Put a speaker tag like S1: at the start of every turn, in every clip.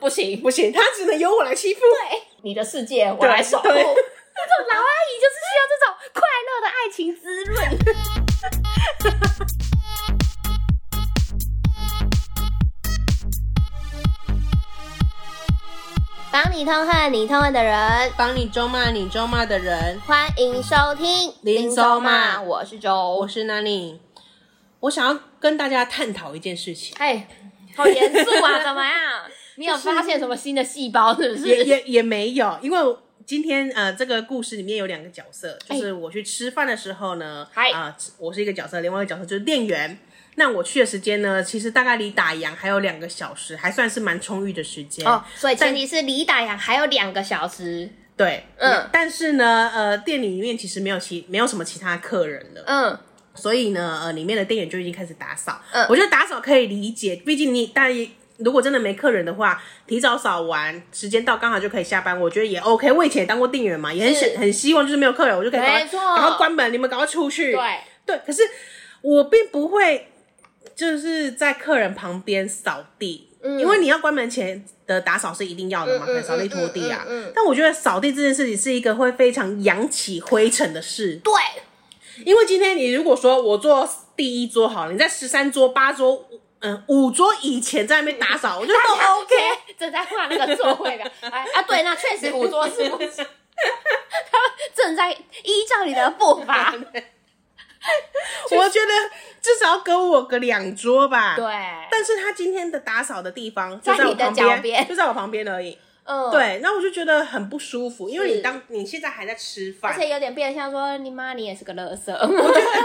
S1: 不行，
S2: 不行，他只能由我来欺负。
S1: 你的世界我来守护。
S2: 对对
S1: 这种老阿姨就是需要这种快乐的爱情滋润。 帮你痛恨你痛恨的人，
S2: 帮你咒骂你咒骂的人，
S1: 欢迎收听
S2: 林州骂
S1: 我是周
S2: 我。是 Nani。我想要跟大家探讨一件事情，
S1: 哎，好严肃 啊，怎么样？你有发现什么新的细胞是不
S2: 也
S1: 是？
S2: 也也没有，因为我今天呃，这个故事里面有两个角色，就是我去吃饭的时候呢，啊、
S1: 哎嗨
S2: 我是一个角色，另外一个角色就是店员。那我去的时间呢，其实大概离打烊还有两个小时，还算是蛮充裕的时间。
S1: 哦，所以前
S2: 但
S1: 提是离打烊还有两个小时。
S2: 对，
S1: 嗯
S2: 但是呢，呃，店里面其实没有其没有什么其他客人了，
S1: 嗯，
S2: 所以呢，呃，里面的店员就已经开始打扫。
S1: 嗯
S2: 我觉得打扫可以理解，毕竟你但如果真的没客人的话，提早扫完，时间到刚好就可以下班，我觉得也 OK。我以前也当过店员嘛，也很
S1: 是
S2: 想很希望就是没有客人，我就可以赶快
S1: 没错
S2: 赶快关门，你们赶快出去。
S1: 对，
S2: 对，可是我并不会就是在客人旁边扫地，
S1: 嗯
S2: 因为你要关门前的打扫是一定要的嘛，
S1: 嗯嗯
S2: 可能扫地拖地啊。
S1: 嗯嗯嗯嗯
S2: 但我觉得扫地这件事情是一个会非常扬起灰尘的事，
S1: 对，
S2: 因为今天你如果说我坐第一桌好了，你在十三桌、八桌、嗯五桌以前在那边打 扫，我觉得都 OK。
S1: 正在画那个座位表。哎啊，对，那确实五桌是不行。他们正在依照你的步 伐。
S2: 我觉得至少给我个两桌吧。
S1: 对。，
S2: 但是他今天的打扫的地方就
S1: 在
S2: 我
S1: 你的
S2: 旁
S1: 脚
S2: 边，
S1: 边
S2: 就在我旁边而已。
S1: 嗯，。
S2: 对，那我就觉得很不舒服，因为
S1: 是
S2: 你当你现在还在吃
S1: 而
S2: 饭，
S1: 且有点变相说，你妈你也是个乐色，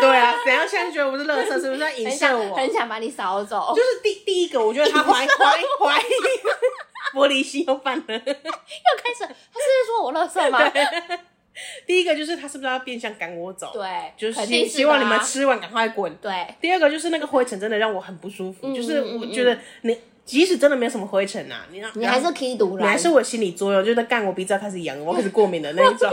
S2: 对啊，怎样现在觉得我是乐色，是不是在影
S1: 很
S2: 射
S1: 想
S2: 我？
S1: 很想把你扫走
S2: 就，是第第一个，我觉得他怀怀怀疑 玻璃心又犯了。
S1: 又开始，他是不是说我乐色吗？
S2: 第一个就是他是不是要变相赶我走？，
S1: 对，
S2: 就是
S1: 肯定
S2: 希
S1: 是
S2: 希望
S1: 的
S2: 你
S1: 啊
S2: 们吃完赶快滚。
S1: 对，
S2: 第二个就是那个灰尘真的让我很不舒服，
S1: 嗯
S2: 就是我觉得你即使真的没有什么灰尘啊，你让
S1: 你还是可以读
S2: 你还
S1: 来，
S2: 是我心理作用，就是干我鼻子要开始痒了，我要开始过敏的那一种。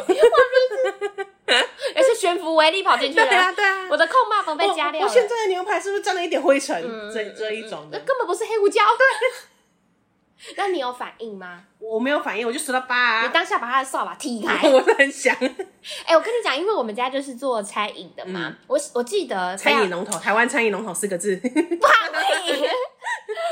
S1: 而且悬浮威力跑进去
S2: 对啊
S1: 了，
S2: 对啊，
S1: 我的控骂棒被
S2: 我
S1: 加料
S2: 我
S1: 了，嗯
S2: 现在的牛排是不是沾了一点灰尘？这这一种
S1: 那
S2: 的，
S1: 根本不是黑胡椒。 那你有反应吗？
S2: 我没有反应，我就数到八
S1: 你
S2: 啊。
S1: 当下把他的扫把踢开。
S2: 我是很想
S1: 哎、我跟你讲，因为我们家就是做餐饮的嘛，我我记得非
S2: 嗯餐
S1: 常
S2: 饮龙头，台湾餐饮龙头四个 字。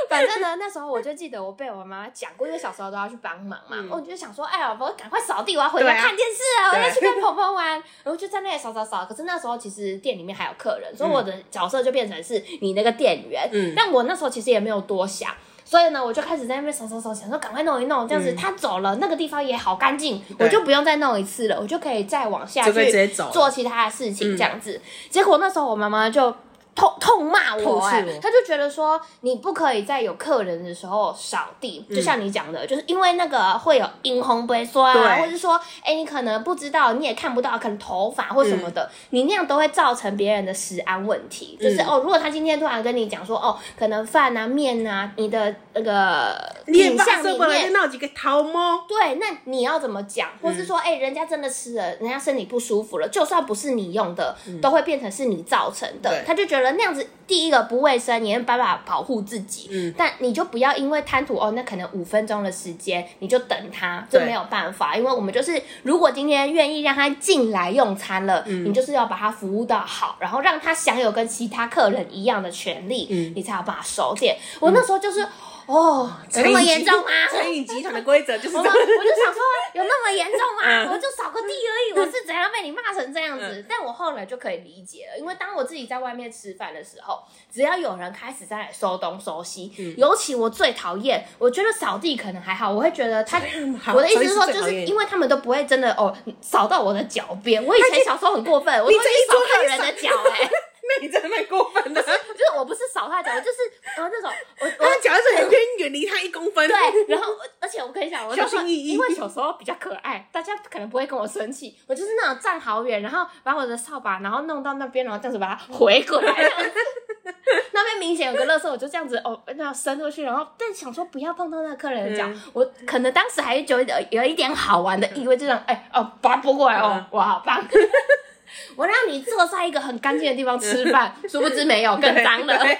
S1: 反正呢，那时候我就记得我被我妈妈讲过，因为小时候都要去帮忙嘛，
S2: 嗯
S1: 我就想说，哎呀，我赶快扫地，我要回家
S2: 对啊
S1: 看电视啊，
S2: 对
S1: 我要去跟鹏鹏玩，然后就在那里扫扫扫。可是那时候其实店里面还有客人，所以我的角色就变成是你那个店员。
S2: 嗯
S1: 但我那时候其实也没有多想。所以呢，我就开始在那边扫扫扫，想说赶快弄一弄，这样子、
S2: 嗯
S1: 他走了，那个地方也好干净，
S2: 对
S1: 我就不用再弄一次了，我就可以再往下
S2: 就可以
S1: 去
S2: 直接走了
S1: 做其他的事
S2: 嗯
S1: 情，这样子。结果那时候我妈妈就痛痛骂我、
S2: 痛斥
S1: 哎
S2: 我
S1: 她就觉得说你不可以在有客人的时候扫地，
S2: 嗯
S1: 就像你讲的，就是因为那个会有阴红杯酸啊，
S2: 对
S1: 或者说哎、你可能不知道，你也看不到，可能头发或什
S2: 嗯
S1: 么的，你那样都会造成别人的食安问题。就是、
S2: 嗯
S1: 哦，如果他今天突然跟你讲说哦，可能饭啊面啊，你的那个
S2: 你也
S1: 品
S2: 不
S1: 相
S2: 知
S1: 里
S2: 过来
S1: 面
S2: 就。闹几个桃猫。
S1: 对，那你要怎么讲，或是说，
S2: 嗯
S1: 哎、人家真的吃了，人家身体不舒服了，就算不是你用的，都会变成是你造成的
S2: 嗯对。
S1: 他就觉得那样子，第一个不卫生，你没办法保护自己。
S2: 嗯
S1: 但你就不要因为贪图哦，那可能五分钟的时间，你就等他，这
S2: 对
S1: 没有办法，因为我们就是，如果今天愿意让他进来用餐了，
S2: 嗯
S1: 你就是要把他服务到好，然后让他享有跟其他客人一样的权利，
S2: 嗯
S1: 你才有办法收店。我那时候就是，哦，有那么
S2: 餐饮
S1: 严重吗？
S2: 餐饮集团的规则就是
S1: 我
S2: 这
S1: 就
S2: 样。
S1: 我就想说，有那么严重吗？
S2: 嗯
S1: 我就扫个地而已，我是怎样被你骂成这样子？但我后来就可以理解了，因为当我自己在外面吃饭的时候，只要有人开始在那里收东收
S2: 嗯
S1: 西，尤其我最讨厌，我觉得扫地可能还好，我会觉得他。
S2: 好
S1: 我的意思是说，
S2: 所以
S1: 就
S2: 最讨
S1: 是
S2: 厌
S1: 因为他们都不会真的哦扫到我的脚边。我以前小时候很过分，我都会
S2: 这一
S1: 去扫
S2: 桌
S1: 客人
S2: 他
S1: 的
S2: 一
S1: 脚哎、
S2: 那 你真的蛮过分 的。
S1: 就是我不是扫他的脚，我就是呃那种我 我
S2: 他脚是很偏远，离他一公分。
S1: 对，然后我而且我跟你讲，我那时候
S2: 小心翼翼
S1: 因为小时候比较可爱，大家可能不会跟我生气。我就是那种站好远，然后把我的扫把，然后弄到那边，然后这样子把它回过来。这样子 那边明显有个垃圾，我就这样子哦，那样伸出去，然后但想说不要碰到那个客人的脚，
S2: 嗯
S1: 我可能当时还觉得有一点好玩的意味，就这样哎哦，把它拨过来哦
S2: 嗯，
S1: 我好棒！ 我让 你坐在一个很干净的地方吃饭，殊不知没有，更脏了。
S2: 对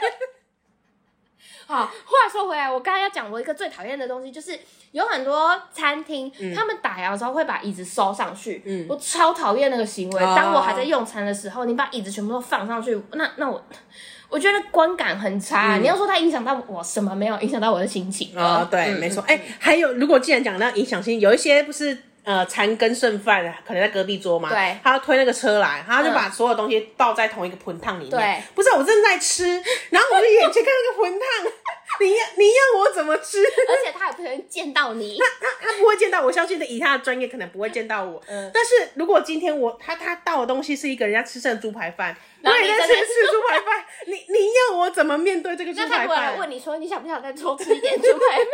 S1: 好，话说回来，我刚才要讲我一个最讨厌的东西，就是有很多餐厅、
S2: 嗯
S1: 他们打烊的时候会把椅子收上去，嗯，我超讨厌那个行为。
S2: 哦
S1: 当我还在用餐的时候，你把椅子全部都放上去，那那我。我觉得观感很差，你要说它影响到我什么没有，影响到我的心情
S2: 嗯
S1: 嗯
S2: 哦，对，没错。哎、还有，如果既然讲到影响性，有一些不是呃残羹剩饭，可能在隔壁桌嘛，
S1: 对
S2: 他要推那个车来，他就把所有东西倒在同一个盆烫里面。
S1: 对，
S2: 不是我正在吃，然后我就眼前看到一个盆烫， 你要你要我怎么吃？
S1: 而且他也不小心见到你，
S2: 他不会见到我，相信的以他的专业可能不会见到我。
S1: 嗯
S2: 但是如果今天我他他倒的东西是一个人家吃剩猪排饭，
S1: 然
S2: 我
S1: 后你
S2: 也在
S1: 在
S2: 吃
S1: 那边
S2: 吃猪排饭， 你你要我怎么面对这个猪
S1: 那他
S2: 排
S1: 不会来
S2: 饭？
S1: 问你说你想不想再多吃一点猪排饭？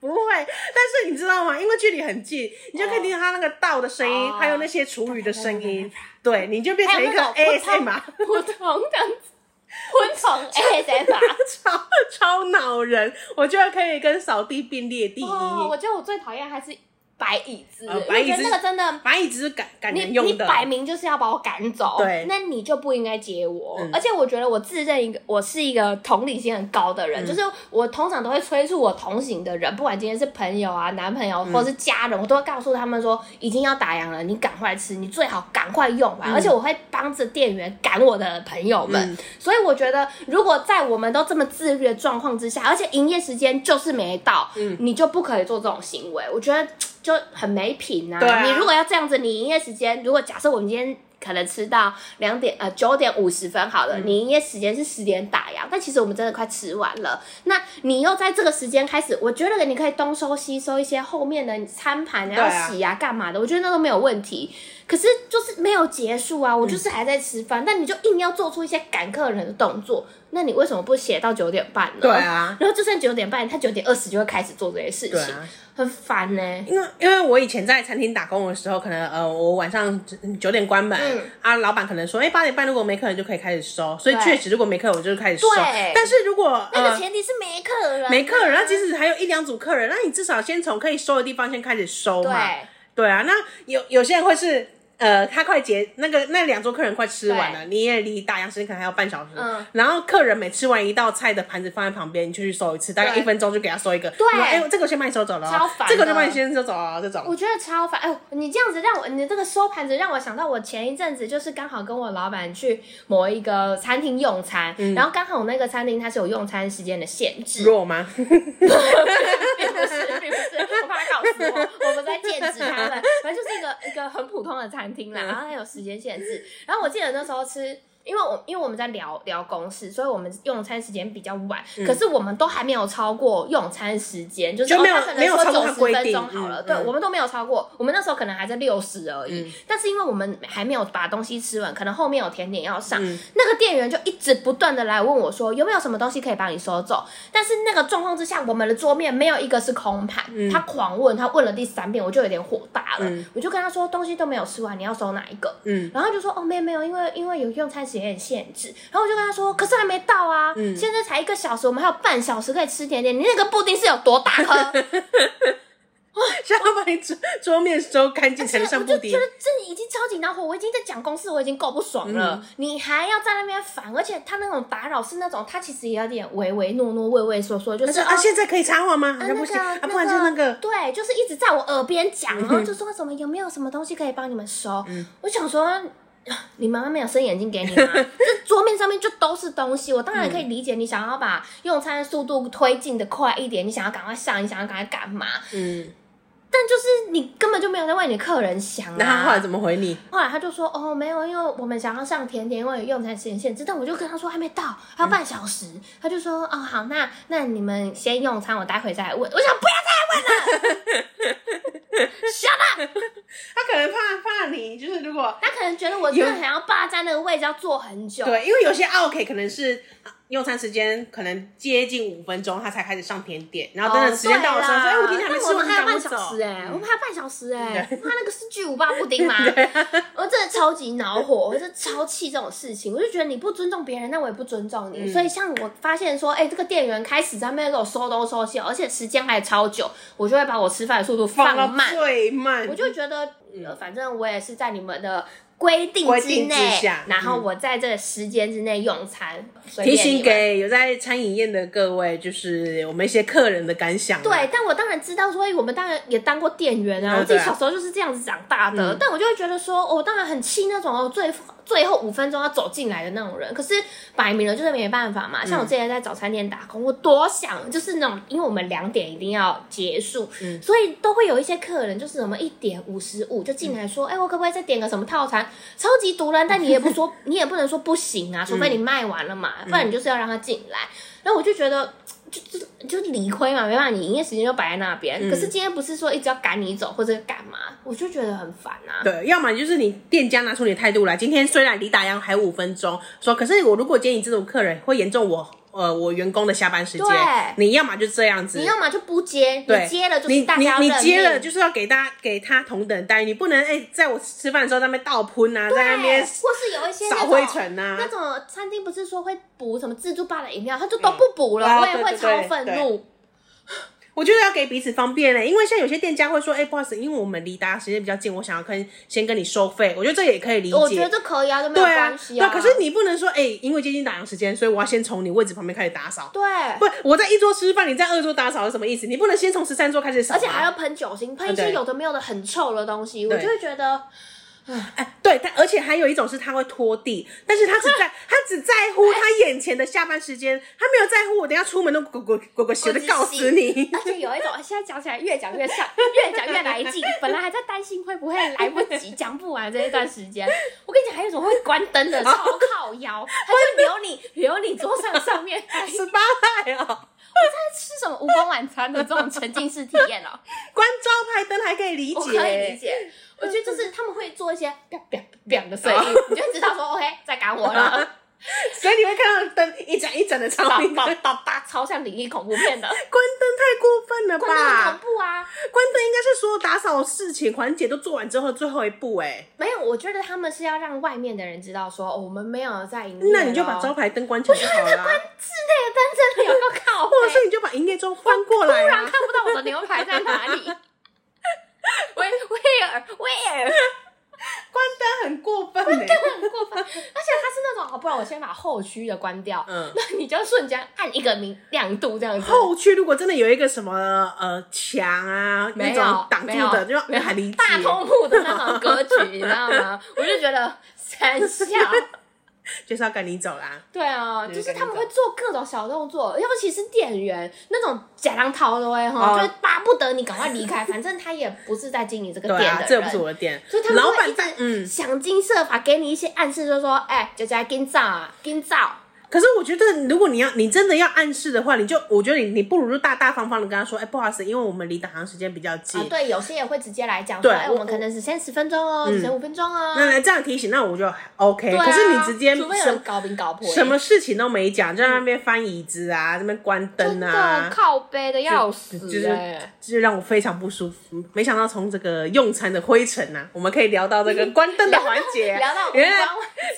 S2: 不会，但是你知道吗？因为距离很近，你就可以听到它那个倒的声音，
S1: 哦
S2: 还有那些厨余的声音，对，你就变成
S1: 还
S2: 一
S1: 有
S2: 个
S1: 哎那种
S2: ASMR，
S1: 普通这样子，昆虫 ASMR。
S2: 超超恼人。我觉得可以跟扫地并列第一，
S1: 哦，我觉得我最讨厌还是摆椅子，
S2: 哦
S1: 我
S2: 摆椅子
S1: 觉得那个真的，
S2: 把椅子是赶赶
S1: 你
S2: 人
S1: 你
S2: 用的，
S1: 摆明就是要把我赶走，
S2: 对
S1: 那你就不应该接我。
S2: 嗯
S1: 而且我觉得我自认一个，我是一个同理心很高的
S2: 嗯
S1: 人，就是我通常都会催促我同行的人，不管今天是朋友啊、男朋友
S2: 嗯
S1: 或是家人，我都会告诉他们说已经要打烊了，你赶快吃，你最好赶快用完。而且我会帮着店员赶我的朋友们，
S2: 嗯
S1: 所以我觉得，如果在我们都这么自律的状况之下，而且营业时间就是没到，
S2: 嗯
S1: 你就不可以做这种行为。我觉得就很没品啊！
S2: 对啊
S1: 你如果要这样子，你营业时间，如果假设我们今天可能吃到两点呃九点五十分好
S2: 嗯
S1: 了，你营业时间是十点打烊，但其实我们真的快吃完了，那你又在这个时间开始，我觉得你可以东收西收一些后面的餐盘
S2: 对
S1: 啊、
S2: 啊
S1: 要洗啊、干嘛的，我觉得那都没有问题。可是就是没有结束啊，我
S2: 嗯
S1: 就是还在吃饭，但你就硬要做出一些赶客人的动作，那你为什么不写到九点半呢？
S2: 对啊
S1: 然后就算九点半，他九点二十就会开始做这些事
S2: 对
S1: 情，
S2: 啊。
S1: 很烦呢、
S2: 因为因为我以前在餐厅打工的时候，可能呃我晚上九点关门、
S1: 嗯
S2: 啊，老板可能说，哎、八点半如果没客人就可以开始收，所以
S1: 对
S2: 确实如果没客人我就开始收
S1: 对。
S2: 但是如果
S1: 那
S2: 呃
S1: 个前提是没客人啊、
S2: 没客人，那即使还有一两组客人，那你至少先从可以收的地方先开始收
S1: 对
S2: 嘛。对啊，那有有些人会是。呃，他快结那个那两桌客人快吃完了，你也离打烊时间可能还有半小时。
S1: 嗯
S2: 然后客人每吃完一道菜的盘子放在旁边，你就去收一次，大概
S1: 对
S2: 一分钟就给他收一个。
S1: 对
S2: 然后哎、这个我先帮你收走了哦，
S1: 超烦的
S2: 这个我就帮你先收走了哦，这种。
S1: 我觉得超烦，哎呦，你这样子让我，你这个收盘子让我想到我前一阵子就是刚好跟我老板去某一个餐厅用餐，
S2: 嗯
S1: 然后刚好那个餐厅它是有用餐时间的限制，
S2: 弱吗？
S1: 并不是，并不是，我怕他搞死我，我们在剑指他们，反正就是一个一个很普通的餐厅啦，
S2: 嗯
S1: 然后它有时间限制。然后我记得那时候吃，因为我因为我们在聊聊公事，所以我们用餐时间比较晚，可是我们都还没有超过用餐时间，就是
S2: 嗯就没有
S1: 哦他可能
S2: 没有
S1: 说
S2: 超过它
S1: 90
S2: 规
S1: 分
S2: 定
S1: 钟好了，
S2: 嗯
S1: 对
S2: 嗯
S1: 我们都没有超过，我们那时候可能还在六十而已，但是因为我们还没有把东西吃完，可能后面有甜点要上，
S2: 嗯
S1: 那个店员就一直不断的来问我说有没有什么东西可以帮你收走，但是那个状况之下，我们的桌面没有一个是空盘，
S2: 嗯
S1: 他狂问，他问了第三遍，我就有点火大了，我就跟他说东西都没有吃完，你要收哪一个？
S2: 嗯
S1: 然后他就说哦没有没有，因为因为有用餐时间限制，然后我就跟他说，可是还没到啊，
S2: 嗯
S1: 现在才一个小时，我们还有半小时可以吃甜点，你那个布丁是有多大 颗？
S2: 想要把你桌桌面收干净才能上布
S1: 我就
S2: 丁
S1: 觉。得这已经超级恼火，我已经在讲公事，我已经够不爽了，
S2: 嗯
S1: 你还要在那边烦，而且他那种打扰是那种，他其实也有点唯唯诺诺、畏畏缩缩，就
S2: 他
S1: 是
S2: 说啊，
S1: 哦
S2: 现在可以插话吗？好
S1: 啊
S2: 像
S1: 那
S2: 不行
S1: 个
S2: 啊，不然就是那个。
S1: 对，就是一直在我耳边 讲，然后就说什么有没有什么东西可以帮你们收？
S2: 嗯
S1: 我想说。啊你妈妈没有伸眼睛给你 吗？这桌面上面就都是东西，我当然可以理解你想要把用餐速度推进的快一点，你想要赶快上，你想要赶快干嘛？
S2: 嗯，
S1: 但就是你根本就没有在为你的客人想、啊。
S2: 那他后来怎么回你？
S1: 后来他就说：“哦，没有，因为我们想要上甜点，因为有用餐时间限制。”但我就跟他说还没到，还有半小时。他就说：“哦，好，那那你们先用餐，我待会再来问。”我想不要再来问了，shut up！
S2: 他可能怕怕你，就是如果
S1: 他可能觉得我真的很要霸占那个位置，要坐很久。
S2: 对，因为有些 OK 可能是啊用餐时间可能接近五分钟，他才开始上甜点，然
S1: 哦，
S2: 后等等时间到的时候，说
S1: 对啦
S2: 哎，我甜点还没
S1: 但
S2: 吃
S1: 我
S2: 完，
S1: 们还
S2: 赶
S1: 有
S2: 快
S1: 半小
S2: 走嗯
S1: 时。哎，我们还有半小时哎， 他那个是巨无霸布丁吗？
S2: 啊
S1: 我真的超级恼火，我真的超气这种事情，我就觉得你不尊重别人，那我也不尊重
S2: 嗯
S1: 你。所以像我发现说，哎，这个店员开始在那边给我收东收西，而且时间还超久，我就会把我吃饭的速度
S2: 放
S1: 放
S2: 到
S1: 慢。
S2: 最慢嗯
S1: 我，就觉得，呃反正我也是在你们的规定
S2: 规
S1: 之
S2: 定之
S1: 内
S2: 下，嗯
S1: 然后我在这个时间之内用餐。随
S2: 提
S1: 便你
S2: 醒
S1: 们
S2: 给有在餐饮业的各位，就是我们一些客人的感想啊。
S1: 对，但我当然知道说，哎我们当然也当过店员
S2: 嗯
S1: 啊，我自己
S2: 对啊嗯
S1: 小时候就是这样子长大的。但我就会觉得说，哦我当然很气那种哦，最最后五分钟要走进来的那种人。可是摆明了就是没办法
S2: 嗯
S1: 嘛。像我之前在早餐店打工，我多想就是那种，因为我们两点一定要结束，
S2: 嗯
S1: 所以都会有一些客人就是什么一点五十五就进来说，哎、我可不可以再点个什么套餐？超级毒人，但你也不说，你也不能说不行啊，除非
S2: 嗯
S1: 你卖完了嘛，不然你就是要让他进来。然后我就觉得。就就就理亏嘛，没办法，你营业时间就摆在那边。
S2: 嗯
S1: 可是今天不是说一直要赶你走或者干嘛，我就觉得很烦啊。
S2: 对，要么就是你店家拿出你的态度来。今天虽然离打烊还有五分钟，说可是我如果接你这种客人，会严重我呃我员工的下班时间
S1: 对。
S2: 你要么就这样子
S1: 你，要么就不接，
S2: 对，
S1: 你接了就
S2: 你
S1: 是大家要
S2: 你你
S1: 认
S2: 接了
S1: 命
S2: 就是要给大家给他同等待遇，你不能哎、在我吃饭的时候在那边倒喷啊，在那
S1: 对，
S2: 边
S1: 哎或是有一些那
S2: 扫
S1: 种
S2: 灰尘啊呐、
S1: 那种餐厅不是说会补什么自助吧的饮料，他就都不补了，
S2: 嗯
S1: 我也会
S2: 哦对对
S1: 超
S2: 对
S1: 愤
S2: 对
S1: 怒。
S2: 我觉得要给彼此方便嘞、因为像有些店家会说，哎、不好意思，因为我们离大家时间比较近，我想要跟先跟你收费，我觉得这也可以理解。
S1: 我觉得这可以啊，都没有
S2: 对啊，
S1: 关系
S2: 对啊，可是你不能说，哎、因为接近打烊时间，所以我要先从你位置旁边开始打扫。
S1: 对，
S2: 不，我在一桌吃饭，你在二桌打扫是什么意思？你不能先从十三桌开始扫吗，
S1: 而且还要喷酒精，喷一
S2: 啊
S1: 些
S2: 对
S1: 有的没有的很臭的东西，我
S2: 对
S1: 就会觉得
S2: 哎，对，但而且还有一种是他会拖地，但是他只 在他只在乎他眼前的下班时间，他没有在乎我等一下出门都滚滚滚滚 洗，我就告死你。
S1: 而且有一种，现在讲起来越讲越上，越讲越来劲。本来还在担心会不会来不及，讲不完这一段时间。我跟你讲，还有一种会关灯的，超靠腰，他就留你留你桌上上面。他
S2: 十八派哦，
S1: 吃什么无光晚餐的这种沉浸式体验哦，
S2: 关招牌灯还可以理解，
S1: 我可以理
S2: 哎
S1: 解。我觉得就是他们会做一些“啪啪啪”的声
S2: 嗯
S1: 音，你就知道说 OK 在赶我了，
S2: 所以你会看到灯一盏一盏的
S1: 叭
S2: 照明，关
S1: 叭
S2: 灯
S1: 叭 叭，超像灵异恐怖片
S2: 嗯
S1: 的，
S2: 太过分了
S1: 关灯很恐
S2: 吧？
S1: 怖啊。
S2: 关灯应该是所有打扫事情环节都做完之后的最后一步哎、
S1: 没有，我觉得他们是要让外面的人知道说，哦、我们没有在营业咯。
S2: 那你就把招牌灯关起来就好了啊，
S1: 室内的灯真的有个靠
S2: 或者
S1: 背，
S2: 是你就把营业中翻过来、
S1: 突然
S2: 啊
S1: 看。不到我的牛排在哪里。喂，where where？
S2: 关灯很过分哎、欸，
S1: 很过分，而且它是那种，哦好，不然我先把后区的关掉，
S2: 嗯。
S1: 那你就瞬间按一个明亮度这样子。
S2: 后区如果真的有一个什么呃墙啊
S1: 没
S2: 那
S1: 有
S2: 种挡
S1: 没
S2: 住
S1: 有
S2: 的，就
S1: 没有
S2: 很理解。
S1: 大通铺的那种格局，你知道吗？我就觉得三笑。
S2: 就是要赶你走啦。
S1: 对啊，
S2: 对
S1: 就是他们会做各种小动作，要不其实店员那种假浪掏的哎哈，
S2: 哦
S1: 就是巴不得你赶快离 开，反正他也不是在经营这个
S2: 对
S1: 店的
S2: 啊
S1: 人，，
S2: 这又不是我的店
S1: 所以他，们
S2: 老
S1: 会一
S2: 板
S1: 直
S2: 在嗯。
S1: 想尽设法给你一些暗示，就说，哎、姐姐跟照啊，跟照。
S2: 可是我觉得，如果你要你真的要暗示的话，你就我觉得你你不如就大大方方的跟他说，哎、不好意思，因为我们离导航时间比较近。
S1: 啊，对，有些也会直接来讲说，
S2: 对
S1: 哎、
S2: 我嗯
S1: 我们可能只剩十分钟哦，只剩五分钟哦。
S2: 那来这样提醒，那我就 OK、
S1: 对啊，
S2: 可是你直接
S1: 除非有
S2: 什
S1: 人搞饼搞破，
S2: 什么事情都没讲，就在那边翻椅子啊，这边关
S1: 嗯真
S2: 灯
S1: 的
S2: 啊，
S1: 靠背的要死、
S2: 就是
S1: 哎
S2: 就是让我非常不舒服。没想到从这个用餐的灰尘啊，我们可以聊到这 个关灯的环节、
S1: 聊到无
S2: 原来
S1: 关。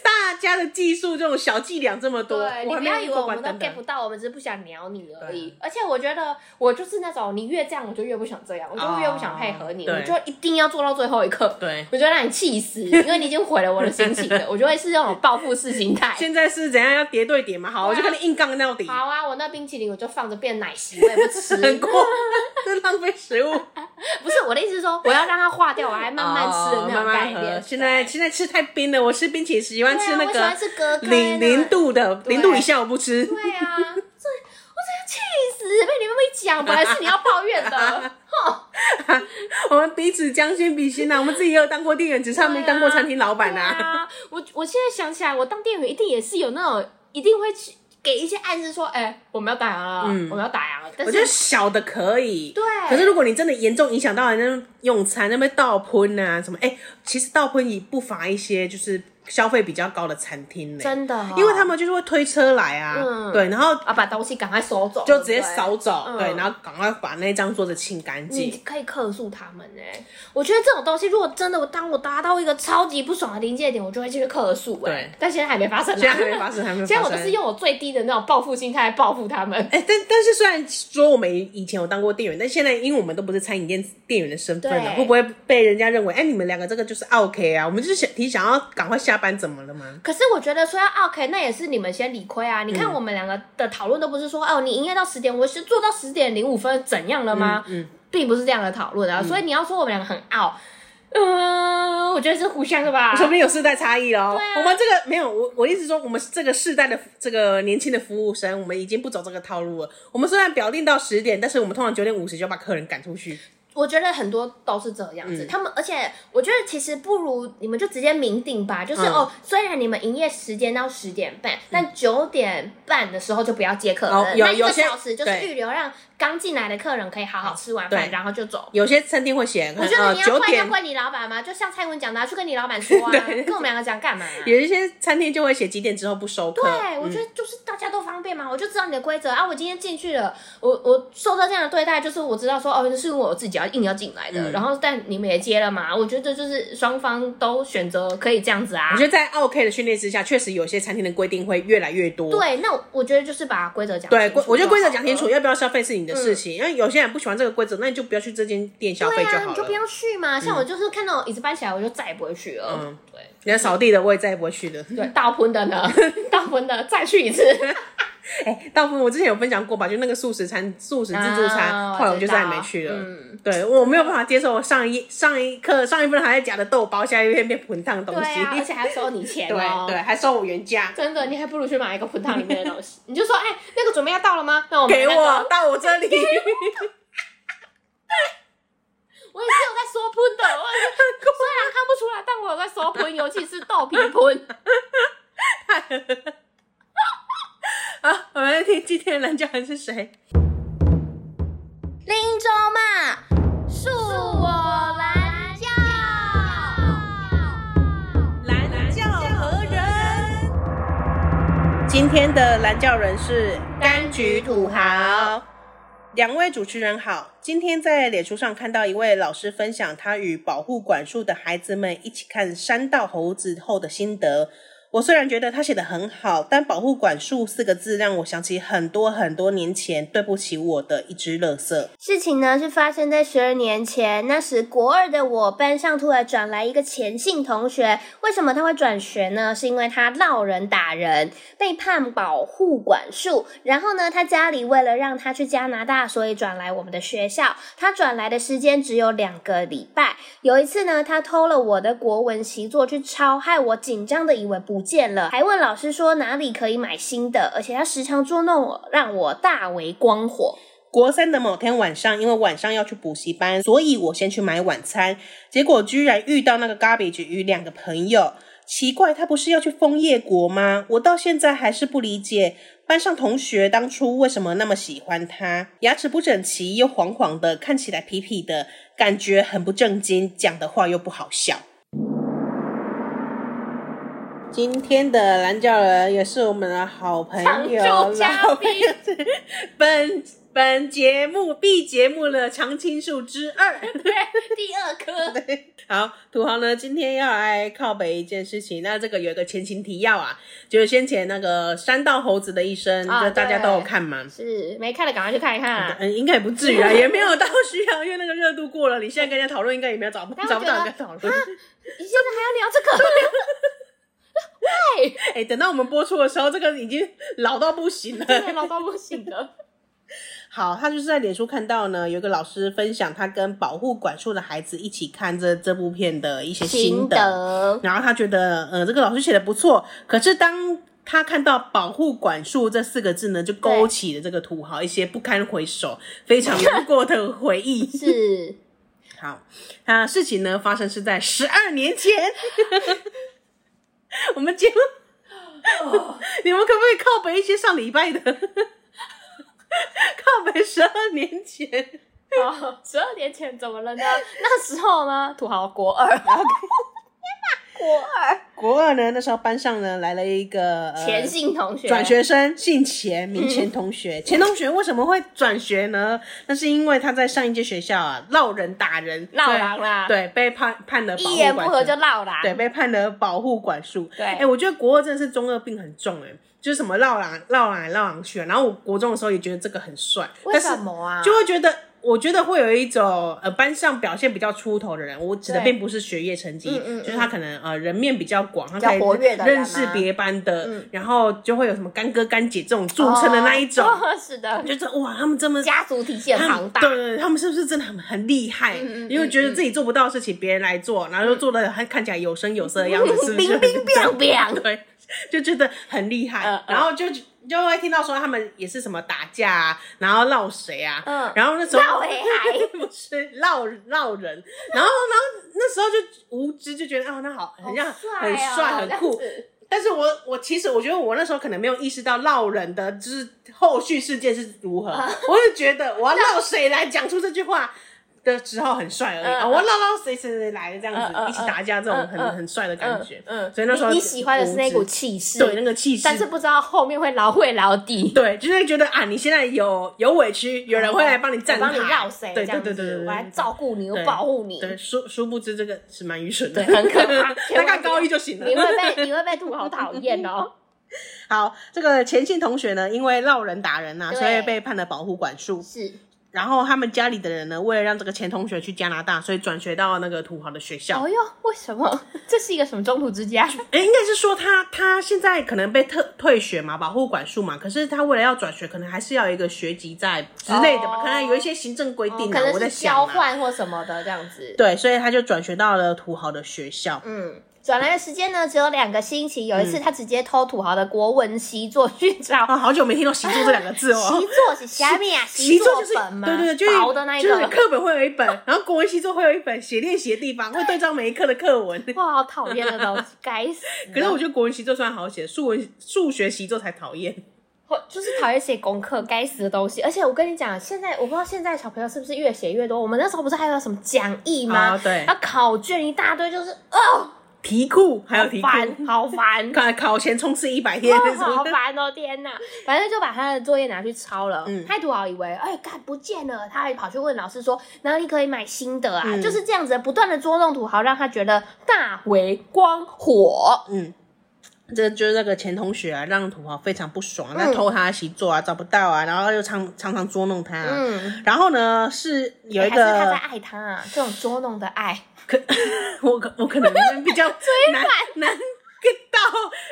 S2: 大家的技术这种小伎俩这么多，
S1: 对，你
S2: 我还
S1: 不
S2: 没
S1: 要
S2: 有
S1: 以
S2: 遇
S1: 为
S2: 过
S1: 我们
S2: 关
S1: 都
S2: 灯
S1: get 不
S2: 的。啊
S1: 到，我们只是不想鸟你而已。而且我觉得我就是那种，你越这样我就越不想这样，我就越不想配合你，
S2: 哦
S1: 我就一定要做到最后一刻。
S2: 对，
S1: 我就让你气死，因为你已经毁了我的心情了。我就会是那种报复式心态。
S2: 现在是怎样要叠对叠嘛？好，我就跟你硬杠到底，
S1: 啊好啊，我那冰淇淋我就放着变奶昔，我也不吃。
S2: 很过，这浪费食物。
S1: 不是我的意思是说，我要让它化掉，我还 慢慢吃的
S2: 哦
S1: 那
S2: 慢
S1: 种概
S2: 慢
S1: 念。
S2: 喝。现在现在吃太冰了，我吃冰淇淋喜欢
S1: 对
S2: 吃
S1: 啊，
S2: 那
S1: 我喜欢
S2: 个
S1: 吃隔开
S2: 零
S1: 的
S2: 零度的，
S1: 对
S2: 零度以下我不 吃。
S1: 对啊，这我真的气死，被你们一讲，本来是你要抱怨 的。
S2: 我们彼此将心比心呐、啊我们自己也有当过店员，只是他没
S1: 对啊
S2: 当过餐厅老板
S1: 对
S2: 呐、
S1: 啊，我我现在想起来，我当店员一定也是有那种，一定会去给一些暗示说，哎、我们要打烊了，我们要打烊了。但
S2: 嗯我觉得
S1: 是
S2: 小的可以，
S1: 对
S2: 可是如果你真的严重影响到人家用餐，那边倒喷啊什么，哎、其实倒喷也不乏一些就是消费比较高的餐厅呢、
S1: 真的哦、
S2: 因为他们就是会推车来啊，
S1: 嗯
S2: 对，然后
S1: 啊把东西赶快收走，
S2: 就直接
S1: 对不对
S2: 扫走，
S1: 嗯
S2: 对，然后赶快把那张桌子清干
S1: 你
S2: 净。
S1: 可以克诉他们哎、我觉得这种东西，如果真的我当我达到一个超级不爽的临界点，我就会去克诉哎、
S2: 对
S1: 但现在还没发生、啊，
S2: 现在还没发生，还没发生。
S1: 现在我都是用我最低的那种报复心态来报复他们。
S2: 哎、但但是虽然说我们以前有当过店员，但现在因为我们都不是餐饮店店员的身份了，
S1: 对
S2: 会不会被人家认为，哎、你们两个这个就是 OK 啊？我们就是想你想要赶快下班，怎么了吗？
S1: 可是我觉得说要 OK，那也是你们先理亏
S2: 嗯
S1: 啊！你看我们两个的讨论都不是说、哦，你营业到十点，我是做到十点零五分，怎样了吗？
S2: 嗯，
S1: 并不是这样的讨论啊。所以你要说我们两个很傲，嗯、我觉得是互相的吧。
S2: 说不定有世代差异哦。
S1: 对啊
S2: 我们这个没有，我我一直说我们这个世代的这个年轻的服务生，我们已经不走这个套路了。我们虽然表定到十点，但是我们通常九点五十就把客人赶出去。
S1: 我觉得很多都是这样
S2: 嗯
S1: 子，他们而且我觉得其实不如你们就直接明定吧，就是、
S2: 嗯
S1: 哦，虽然你们营业时间到十点半，但九点半的时候就不要接客人，
S2: 哦有
S1: 那一
S2: 有
S1: 个
S2: 些
S1: 小时就是
S2: 对
S1: 预留让刚进来的客人可以好好吃完饭，
S2: 对
S1: 然后就走。
S2: 有些餐厅会写，
S1: 我觉得
S2: 呃
S1: 你要
S2: 九
S1: 怪要
S2: 点。
S1: 怪你老板嘛，就像蔡文讲的啊、去跟你老板说啊，
S2: 对
S1: 跟我们两个讲干嘛、啊
S2: 有一些餐厅就会写几点之后不收客，嗯
S1: 对，我觉得就是大家都方便嘛，我就知道你的规则啊。我今天进去了，我我受到这样的对待，就是我知道说哦，是因为我自己要硬要进来
S2: 嗯
S1: 的。然后但你们也接了嘛，我觉得就是双方都选择可以这样子啊
S2: 我觉。得在 OK 的训练之下，确实有些餐厅的规定会越来越多。
S1: 对，那我我觉得就是把规则讲
S2: 对，
S1: 清楚
S2: 规我觉得规则
S1: 就好
S2: 讲清楚，
S1: 了。嗯
S2: 要不要消费是你的事情，因为有些人不喜欢这个规则，那你就不要去这间店消费
S1: 对啊，
S2: 好
S1: 你就
S2: 了
S1: 不。要去嘛。像我就是看到椅子搬起来，我就再也不会去了。
S2: 嗯
S1: 对
S2: 你要扫地的，我也再也不会去的。
S1: 对，倒喷的呢， 倒喷的再去一次。
S2: 哎，大部分我之前有分享过吧，就那个素食餐、素食自助餐，
S1: 啊
S2: 后来我就
S1: 知
S2: 再也
S1: 道
S2: 没去了。
S1: 嗯
S2: 对我没有办法接受，我上一上一课上一份还在夹的豆包，下一片变滚烫的
S1: 对
S2: 东西。
S1: 啊，而且还要收你钱
S2: 对
S1: 哦。
S2: 对，还收我原价，
S1: 真的，你还不如去买一个盆汤里面的东西。你就说，哎、那个准备要到了吗？那我买
S2: 给
S1: 那个
S2: 我到我这里。
S1: 我也是有在说喷的，我也是虽然看不出来，但我有在说喷，尤其是豆皮喷。
S2: 好，我们来听今天的蓝教人是谁？
S1: 林州嘛，恕我蓝教。
S2: 蓝教何人？今天的蓝教人是
S1: 柑橘土豪。
S2: 两位主持人好，今天在脸书上看到一位老师分享他与保护管束的孩子们一起看《山道猴子》后的心得。我虽然觉得他写的很好，但“保护管束”四个字让我想起很多很多年前对不起我的一只垃圾。
S1: 事情呢是发生在十二年前，那时国二的我班上突然转来一个前姓同学，为什么他会转学呢？是因为他闹人打人，被判保护管束。然后呢，他家里为了让他去加拿大，所以转来我们的学校。他转来的时间只有两个礼拜。有一次呢，他偷了我的国文习作去抄，害我紧张的以为不见了，还问老师说哪里可以买新的，而且他时常捉弄我，让我大为光火。
S2: 国三的某天晚上，因为晚上要去补习班，所以我先去买晚餐，结果居然遇到那个 garbage 与两个朋友。奇怪，他不是要去枫叶国吗？我到现在还是不理解，班上同学当初为什么那么喜欢他？牙齿不整齐，又黄黄的，看起来痞痞的，感觉很不正经，讲的话又不好笑。今天的蓝教人也是我们的好朋
S1: 常
S2: 友，
S1: 驻嘉
S2: 老朋
S1: 宾
S2: 友。本本节目 B 节目的常青树之二。
S1: 第二颗。
S2: 好，土豪呢，今天要来靠北一件事情。那这个有一个前情提要啊，就是先前那个山道猴子的一生，
S1: 啊
S2: 就大家都有看嘛。
S1: 是没看的，赶快去看一看啊！
S2: 嗯，应该也不至 于啊，也没有到需要，因为那个热度过了，你现在跟人家讨论，应该也没有找不
S1: 但我
S2: 找不到
S1: 觉得
S2: 人跟讨论。
S1: 你现在还要聊这个？喂，
S2: 哎、等到我们播出的时候，这个已经 老到不行了。
S1: 真的老到不行 了。
S2: 好，他就是在脸书看到呢，有一个老师分享他跟保护管束的孩子一起看这这部片的一些心得，
S1: 得，
S2: 然后他觉得呃这个老师写的不错，可是当他看到“保护管束”这四个字呢，就勾起了这个土豪一些不堪回首、非常难过的回忆。
S1: 是
S2: 好，那事情呢发生是在十二年前， 我们节目， 你们可不可以靠北一些上礼拜的？ 靠北十二年前，
S1: 好，十二年前怎么了呢？那时候呢，土豪国二，国 二
S2: 国二呢，那时候班上呢来了一个、呃、
S1: 钱姓同学嗯
S2: 转学生，姓钱，名钱同学。钱同学为什么会转学呢？那是因为他在上一届学校啊闹人打人，
S1: 闹狼啦，
S2: 对，被判判了保
S1: 一
S2: 护
S1: 言不
S2: 管
S1: 合
S2: 束
S1: 就闹啦。
S2: 对，被判了保护管束。
S1: 对
S2: 哎、我觉得国二真的是中二病很重哎、就是什么绕来绕来绕来去啊。然后我国中的时候也觉得这个很帅，
S1: 为
S2: 但是
S1: 什么啊？
S2: 就会觉得。我觉得会有一种呃班上表现比较出头的人，我指的
S1: 对
S2: 并不是学业成绩，
S1: 嗯嗯嗯
S2: 就是他可能呃人面比较广，他
S1: 较
S2: 可以
S1: 活跃的人
S2: 认识
S1: 啊
S2: 别班的，然后就会有什么干哥干姐这种著称的那一种，
S1: 哦 是的，
S2: 就是哇他们这么
S1: 家族体系很
S2: 他
S1: 庞
S2: 们
S1: 大。
S2: 对对，对他们是不是真的很很厉害？
S1: 嗯嗯
S2: 因为觉得自己做不到的事情，别人来做，然后又做的还看起来有声有色的样子，是不是？
S1: 嗯冰冰冰冰，
S2: 对，就觉得很厉害。
S1: 嗯嗯
S2: 然后就就会听到说他们也是什么打架啊，然后闹谁啊，
S1: 嗯
S2: 然后那时 候
S1: 闹黑孩，
S2: 不是闹闹人，然后然后那时候就无知就觉得哦，那好，很像、
S1: 啊
S2: 很帅很酷，但是我我其实我觉得我那时候可能没有意识到闹人的就是后续事件是如何，
S1: 啊
S2: 我就觉得我要闹谁来讲出这句话的时候很帅而已，
S1: 嗯
S2: 啊我要闹到谁谁谁来这样子、
S1: 嗯嗯
S2: 一起打架这种很、
S1: 嗯嗯
S2: 很帅的感觉，
S1: 嗯，嗯
S2: 所以那时候
S1: 你你喜欢的是那股气势，
S2: 对那个气势，
S1: 但是不知道后面会牢会牢底。
S2: 对就是会觉得啊你现在有有委屈，有人会来帮你站
S1: 啊我
S2: 台，
S1: 帮你绕谁？
S2: 对
S1: 这
S2: 对
S1: 样
S2: 对对
S1: 子
S2: 对，对
S1: 我来
S2: 对
S1: 照顾你，我
S2: 对
S1: 保护你。
S2: 对，殊殊不知这个是蛮愚蠢的，
S1: 对很可 怕
S2: 大概高一就行了，
S1: 你会被你会被吐好讨厌哦。
S2: 好，这个钱姓同学呢，因为闹人打人呐、啊，
S1: 对
S2: 所以被判了保护管束。
S1: 是，
S2: 然后他们家里的人呢，为了让这个钱同学去加拿大，所以转学到那个土豪的学校。
S1: 哦哟，为什么？ 这是一个什么中途之家？
S2: 哎、应该是说他他现在可能被特退学嘛，保护管束嘛。可是他为了要转学，可能还是要有一个学籍在之类的吧，
S1: 哦
S2: 可能有一些行政规定、啊
S1: 可能
S2: 我在
S1: 是
S2: 想啊
S1: 交换或什么的这样子。
S2: 对，所以他就转学到了土豪的学校。
S1: 嗯， 转来的时间呢只有两个星期。有一次，
S2: 嗯
S1: 他直接偷土豪的国文习作去找，
S2: 啊，好久没听到“习作”这两个 字哦。
S1: 习作是虾米啊？
S2: 习作
S1: 作
S2: 就是
S1: 本嘛，
S2: 对对对，就是
S1: 薄的那一
S2: 就是
S1: 个。
S2: 课本会有一本， 然后国文习作会有一本写练习的地方，会对照每一课的课 文。
S1: 哇，好讨厌的东西，该死！
S2: 可是我觉得国文习作算好写，数文数学习作才讨厌。
S1: 我就是讨厌写功课，该死的东西。而且我跟你讲，现在我不知道现在小朋友是不是越写越多。我们那时候不是还有什么讲义吗？
S2: 哦对
S1: 要考卷一大堆，就是哦
S2: 题库还有题库，
S1: 烦，好烦。
S2: 考考前冲刺一百天
S1: 哦，
S2: 什
S1: 好
S2: 么的。
S1: 烦哦！天哪，反正就把他的作业拿去抄了。
S2: 嗯
S1: 太土豪以为哎干不见了，他还跑去问老师说哪里可以买新的啊？
S2: 嗯
S1: 就是这样子，不断的捉弄土豪，让他觉得大为光火。
S2: 嗯，这就是那个前同学啊，让土豪非常不爽，他
S1: 嗯
S2: 偷他的习作啊，找不到啊，然后又常常常捉弄他、啊。
S1: 嗯，
S2: 然后呢，是有一
S1: 还是他在
S2: 个，
S1: 爱他、啊，这种捉弄的爱。
S2: 我可我可能 比较难难 get 到，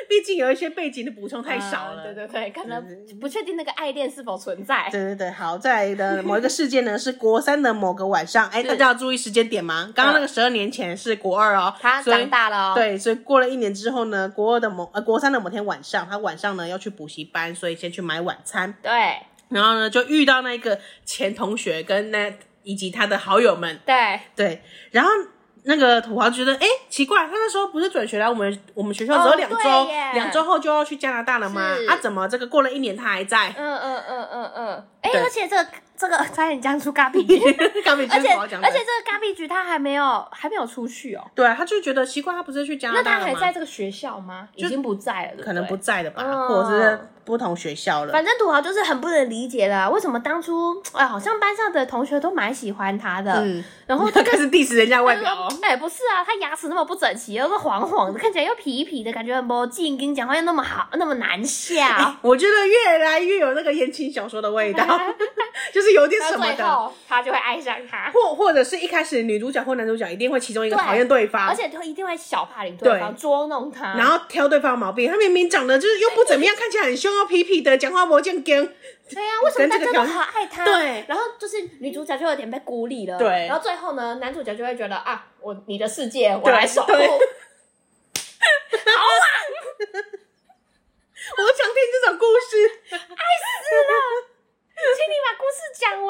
S2: 毕竟有一些背景的补充太少了。嗯
S1: 啊对对对，可能不确定那个爱恋是否 存在。
S2: 对对对，好，再来的某一个事件呢，是国三的某个晚上，哎，
S1: 是嗯
S2: 大家要注意时间点吗？刚刚那个十二年前是国二哦，
S1: 他
S2: 所以
S1: 长大了、哦，，
S2: 对，所以过了一年之后呢，国二的某呃国三的某天晚上，他晚上呢要去补习班，所以先去买晚餐，
S1: 对
S2: 然后呢就遇到那个前同学跟那以及他的好友们，
S1: 对，
S2: 对，然后。那个土豪觉得，哎、奇怪，他那时候不是转学来我们我们学校只有
S1: 哦
S2: 两周，
S1: 对耶
S2: 两周后就要去加拿大了吗？
S1: 是
S2: 啊，怎么这个过了一年他还 在？
S1: 嗯嗯嗯嗯嗯，哎、
S2: 对
S1: 而且这个这个 差点讲出嘎比局，
S2: 刚才
S1: 而
S2: 就是
S1: 且
S2: 土豪讲的
S1: 而且这个嘎比局他还没有还没有出去哦，
S2: 对啊，他就觉得奇怪，他不是去加拿
S1: 那
S2: 大
S1: 他
S2: 了吗？
S1: 还在这个学校吗？已经不在了，对对
S2: 可能不。在了吧，
S1: 嗯
S2: 或者是不同学校了。
S1: 反正土豪就是很不能理解啦，为什么当初哎，好像班上的同学都蛮喜欢他的，
S2: 嗯，
S1: 然 后
S2: 他开始 diss 人家
S1: 他
S2: 外
S1: 就
S2: 表哦
S1: 说。：“哎、不是啊，他牙齿那么不整齐，又是黄黄的，看起来又痞痞的，感觉很没劲，跟你讲话又那么好，那么难笑。
S2: 啊我觉得越来越有那个言情小说的味道， 就是有点
S1: 到
S2: 什么
S1: 最
S2: 的，
S1: 后，他就会爱上他，
S2: 或或者是一开始女主角或男主角一定会其中一个
S1: 对
S2: 讨厌对方，
S1: 而且嗯他一定会小霸凌对方，
S2: 对
S1: 捉弄他。
S2: 然后挑对方毛病。他明明长得就是又不怎么样，看起来很凶又痞痞的，讲话魔见跟，
S1: 对呀、为什么
S2: 跟这
S1: 大
S2: 个
S1: 家都
S2: 条
S1: 好爱他？
S2: 对
S1: 然后就是女主角就有点被孤立了。
S2: 对
S1: 然后最后呢，男主角就会觉得啊，我你的世界我
S2: 对
S1: 来守护。
S2: 对
S1: 对，
S2: 我想听这种故事。
S1: 请你把故事 讲完。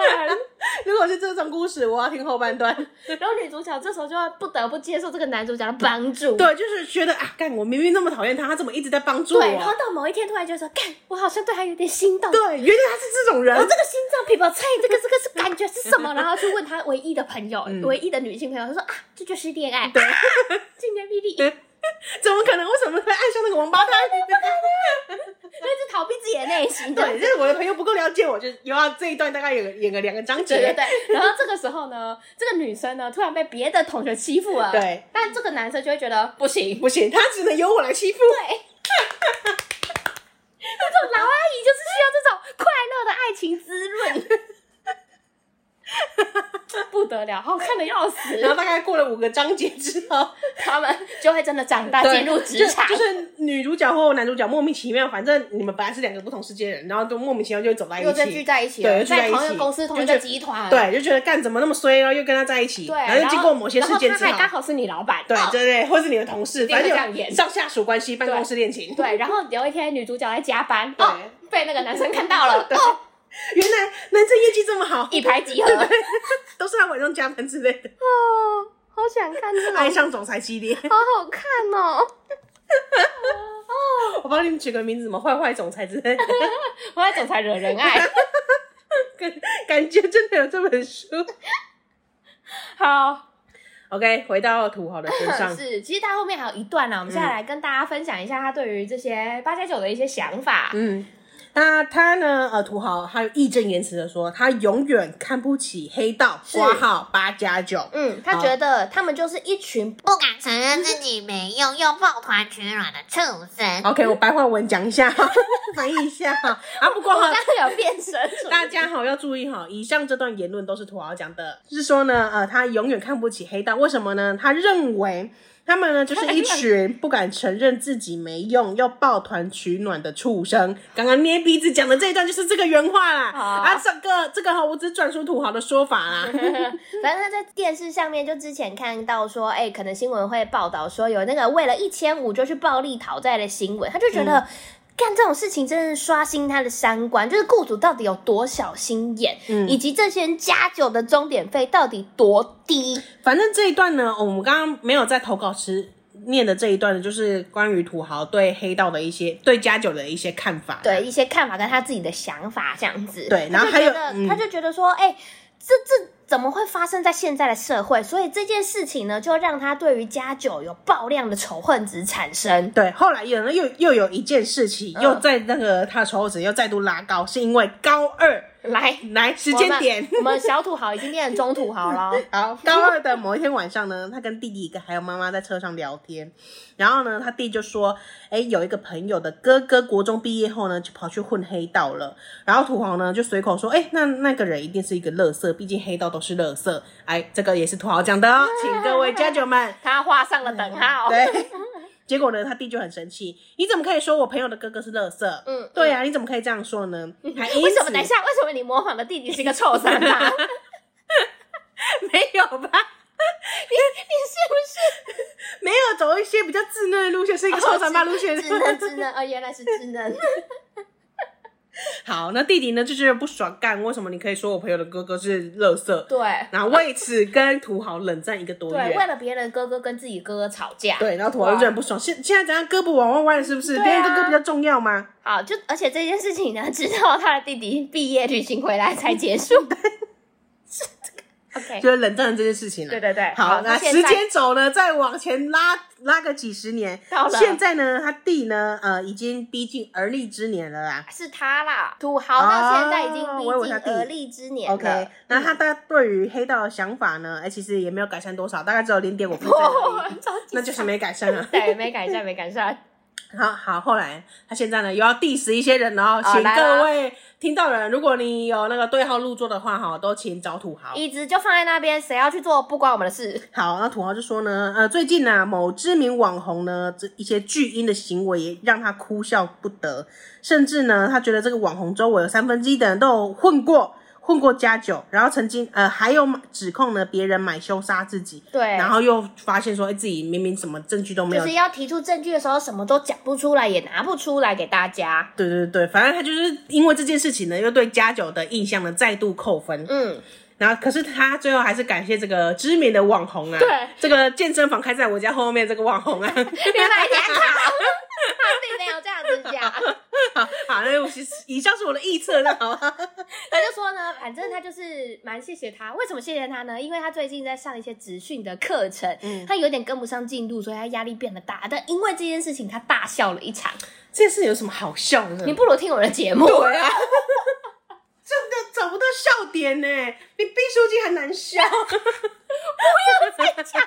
S2: 如果是这种故事，我要听后半段。
S1: 然后女主角这时候就会不得不接受这个男主角的帮助。
S2: 对，就是觉得啊，干我明明那么讨厌他，他怎么一直在帮助我？
S1: 对，然后到某一天突然就说，干，我好像对他有点心动。
S2: 对，原来他是这种人
S1: 我这。个心脏皮薄菜，这个这个是感觉是什么？然后去问嗯他唯一的朋友，唯一的女性朋友，他说啊，这就是恋爱，
S2: 对
S1: 啊，惊天霹雳。
S2: 怎么可能？为什么会爱上那个王八蛋？
S1: 那是逃避自己的内心的。
S2: 对，就是我的朋友不够了解我，就有啊，这一段大概有个演个两个章节。
S1: 对对对，然后这个时候呢，这个女生呢突然被别的同学欺负了，
S2: 对，
S1: 但这个男生就会觉得不行，
S2: 不行，他只能由我来欺负。
S1: 对，这种老阿姨就是需要这种快乐的爱情滋润， 不得了，好看的要
S2: 然
S1: 死。
S2: 后大概过了五个章节之 后，
S1: 他们就会真的长大，
S2: 对
S1: 进入职场
S2: 就，就是女主角或男主角莫名其妙，反正你们本来是两个不同世界的人，然后都莫名其妙就走在
S1: 又
S2: 一
S1: 再聚
S2: 起。
S1: 在一起
S2: 对
S1: 了，
S2: 又聚在
S1: 在
S2: 一起
S1: 同一个公司、同一
S2: 就
S1: 个
S2: 是
S1: 集团，
S2: 对，就觉得干怎么那么衰，啊然后又跟他在一起，
S1: 对，
S2: 然后又经过某些事件
S1: 然后
S2: 之
S1: 他还
S2: 后
S1: 刚，好是你老板，
S2: 对
S1: 哦
S2: 对对，或是你的同事，
S1: 定会
S2: 反
S1: 这样
S2: 正有
S1: 演
S2: 上下属关系、办公室恋情。
S1: 对，然后有一天女主角在加班，
S2: 对
S1: 哦，被那个男生看到 了，
S2: 对
S1: 哦，
S2: 原来男生业绩这么好，
S1: 一拍即合，哦，
S2: 都是他晚上加班之类的，
S1: 好想看这
S2: 爱
S1: 种，
S2: 上总裁系列。
S1: 好好看哦。
S2: 我帮你们取个名字，什么坏坏总裁之类 的，
S1: 我在总裁惹人爱，
S2: 感感觉真的有这本书。
S1: 好
S2: OK，回到土豪的身上，
S1: 是，其实他后面还有一段呢，啊我们现在来跟大家分享一下他对于这些八加九的一些想法。
S2: 嗯，那他呢？呃，土豪他有义正言辞的说，他永远看不起黑道，
S1: 是
S2: 挂号八加九。
S1: 嗯，他
S2: 好
S1: 觉得他们就是一群
S3: 不敢承认自己没用又抱团取暖的畜生。
S2: OK，我白话文讲一下， 翻译一下哈。啊，不过
S1: 我
S2: 哈
S1: 刚，刚有变身，
S2: 大家好要注意哈，以上这段言论都是土豪讲的，是说呢，呃，他永远看不起黑道，为什么呢？他认为他们呢就是一群不敢承认自己没用，要抱团取暖的畜生。刚刚捏鼻子讲的这一段就是这个原话啦。
S1: 好
S2: 啊，这个这个哈，我只转述土豪的说法啦。
S1: 反正他在电视上面就之前看到说，哎、可能新闻会报道说有那个为了一千五就去暴力讨债的新闻，他就觉得。干这种事情真是刷新他的三观，就是雇主到底有多小心眼，以及这些人加酒的钟点费到底多低。
S2: 反正这一段呢，我们刚刚没有在投稿时念的这一段呢，就是关于土豪对黑道的一些对加九的一些看法。
S1: 对一些看法跟他自己的想法这样子。
S2: 对
S1: 他
S2: 然后
S1: 就
S2: 还有
S1: 觉得
S2: 嗯
S1: 他就觉得说，哎、这这怎么会发生在现在的社会？所以这件事情呢，就让他对于家酒有爆量的仇恨值产生。
S2: 对，后来有人又又有一件事情，
S1: 嗯
S2: 又在那个他的仇值又再度拉高，是因为高二
S1: 来，
S2: 来时间点
S1: 我们，我们小土豪已经变成中土豪了。哦
S2: 好，高二的某一天晚上呢，他跟弟弟还有妈妈在车上聊天，然后呢，他弟就说：“哎、有一个朋友的哥哥国中毕业后呢，就跑去混黑道了。”然后土豪呢就随口说：“哎、那那个人一定是一个乐色，毕竟黑道都是乐色。”哎，这个也是土豪讲的哦，请各位家酒们
S1: 他画上了等号。
S2: 对。结果呢，他弟就很生气，你怎么可以说我朋友的哥哥是垃圾？
S1: 嗯
S2: 对呀、啊，你怎么可以这样说呢？还因
S1: 为什么？
S2: 此
S1: 等一下，为什么你模仿的弟弟是一个臭三八？你
S2: 没有吧？
S1: 你
S2: 没有走一些比较稚嫩的路线，是一
S1: 哦
S2: 个臭三八路线。
S1: 是不是智能智能？哦，原来是智能。
S2: 好，那弟弟呢就觉得不爽，干为什么你可以说我朋友的哥哥是垃圾？
S1: 对
S2: 然后为此跟土豪冷战一个多
S1: 对，为
S2: 月。
S1: 了别人哥哥跟自己哥哥吵架。
S2: 对，然后土豪就很不爽，现现在怎样胳膊往外弯了是不是？
S1: 对啊
S2: 别人哥哥比较重要吗？
S1: 好，就而且这件事情呢，直到他的弟弟毕业旅行回来才 结束。OK，
S2: 就是冷战的这件事情了。
S1: 对对对，
S2: 好，那
S1: 那现
S2: 时
S1: 在
S2: 间轴呢，再往前拉拉个几十年，
S1: 到了
S2: 现在呢，他弟呢，呃，已经逼近而立之年了啦。
S1: 是他啦，土豪到现在已经
S2: 哦
S1: 逼
S2: 我以为他弟
S1: 近而立之年了。嗯
S2: OK，那他大概对于黑道的想法呢，哎、其实也没有改善多少，大概只有零点五
S1: 哦，
S2: 那就是没改善了。
S1: 对，没改善，没改善。
S2: 好好，后来他现在呢又要 diss 一些人了哦，
S1: 哦
S2: 请
S1: 来
S2: 各
S1: 啦
S2: 位听到人，如果你有那个对号入座的话哈，都请找土豪。
S1: 椅子就放在那边，谁要去做不关我们的事。
S2: 好，那土豪就说呢，呃，最近呢、某知名网红呢，这一些巨婴的行为也让他哭笑不得，甚至呢，他觉得这个网红周围有三分之一的人都有混过。混过家酒，然后曾经呃还有指控呢别人买凶杀自己，
S1: 对
S2: 然后又发现说，哎、自己明明什么证据都没
S1: 就
S2: 有，
S1: 是要提出证据的时候，什么都讲不出来，也拿不出来给 大家。
S2: 对对对，反正他就是因为这件事情呢，又对家酒的印象呢再度扣分，
S1: 嗯，
S2: 然后可是他最后还是感谢这个知名的网红啊，
S1: 对
S2: 这个健身房开 在我家后面这个网红啊，
S1: 别买假卡，他并没有这样子讲。
S2: 好，那我是以上是我的臆测，那好吧。
S1: 他就说呢，反正他就是蛮谢谢他。为什么谢谢他呢？因为他最近在上一些职训的课程，
S2: 嗯
S1: 他有点跟不上进度，所以他压力变得大。但因为这件事情，他大笑了一场。
S2: 这件事有什么好笑的？
S1: 你不如听我的节目，
S2: 对啊，真的找不到笑点呢，比毕书尽还难 笑。不要再讲。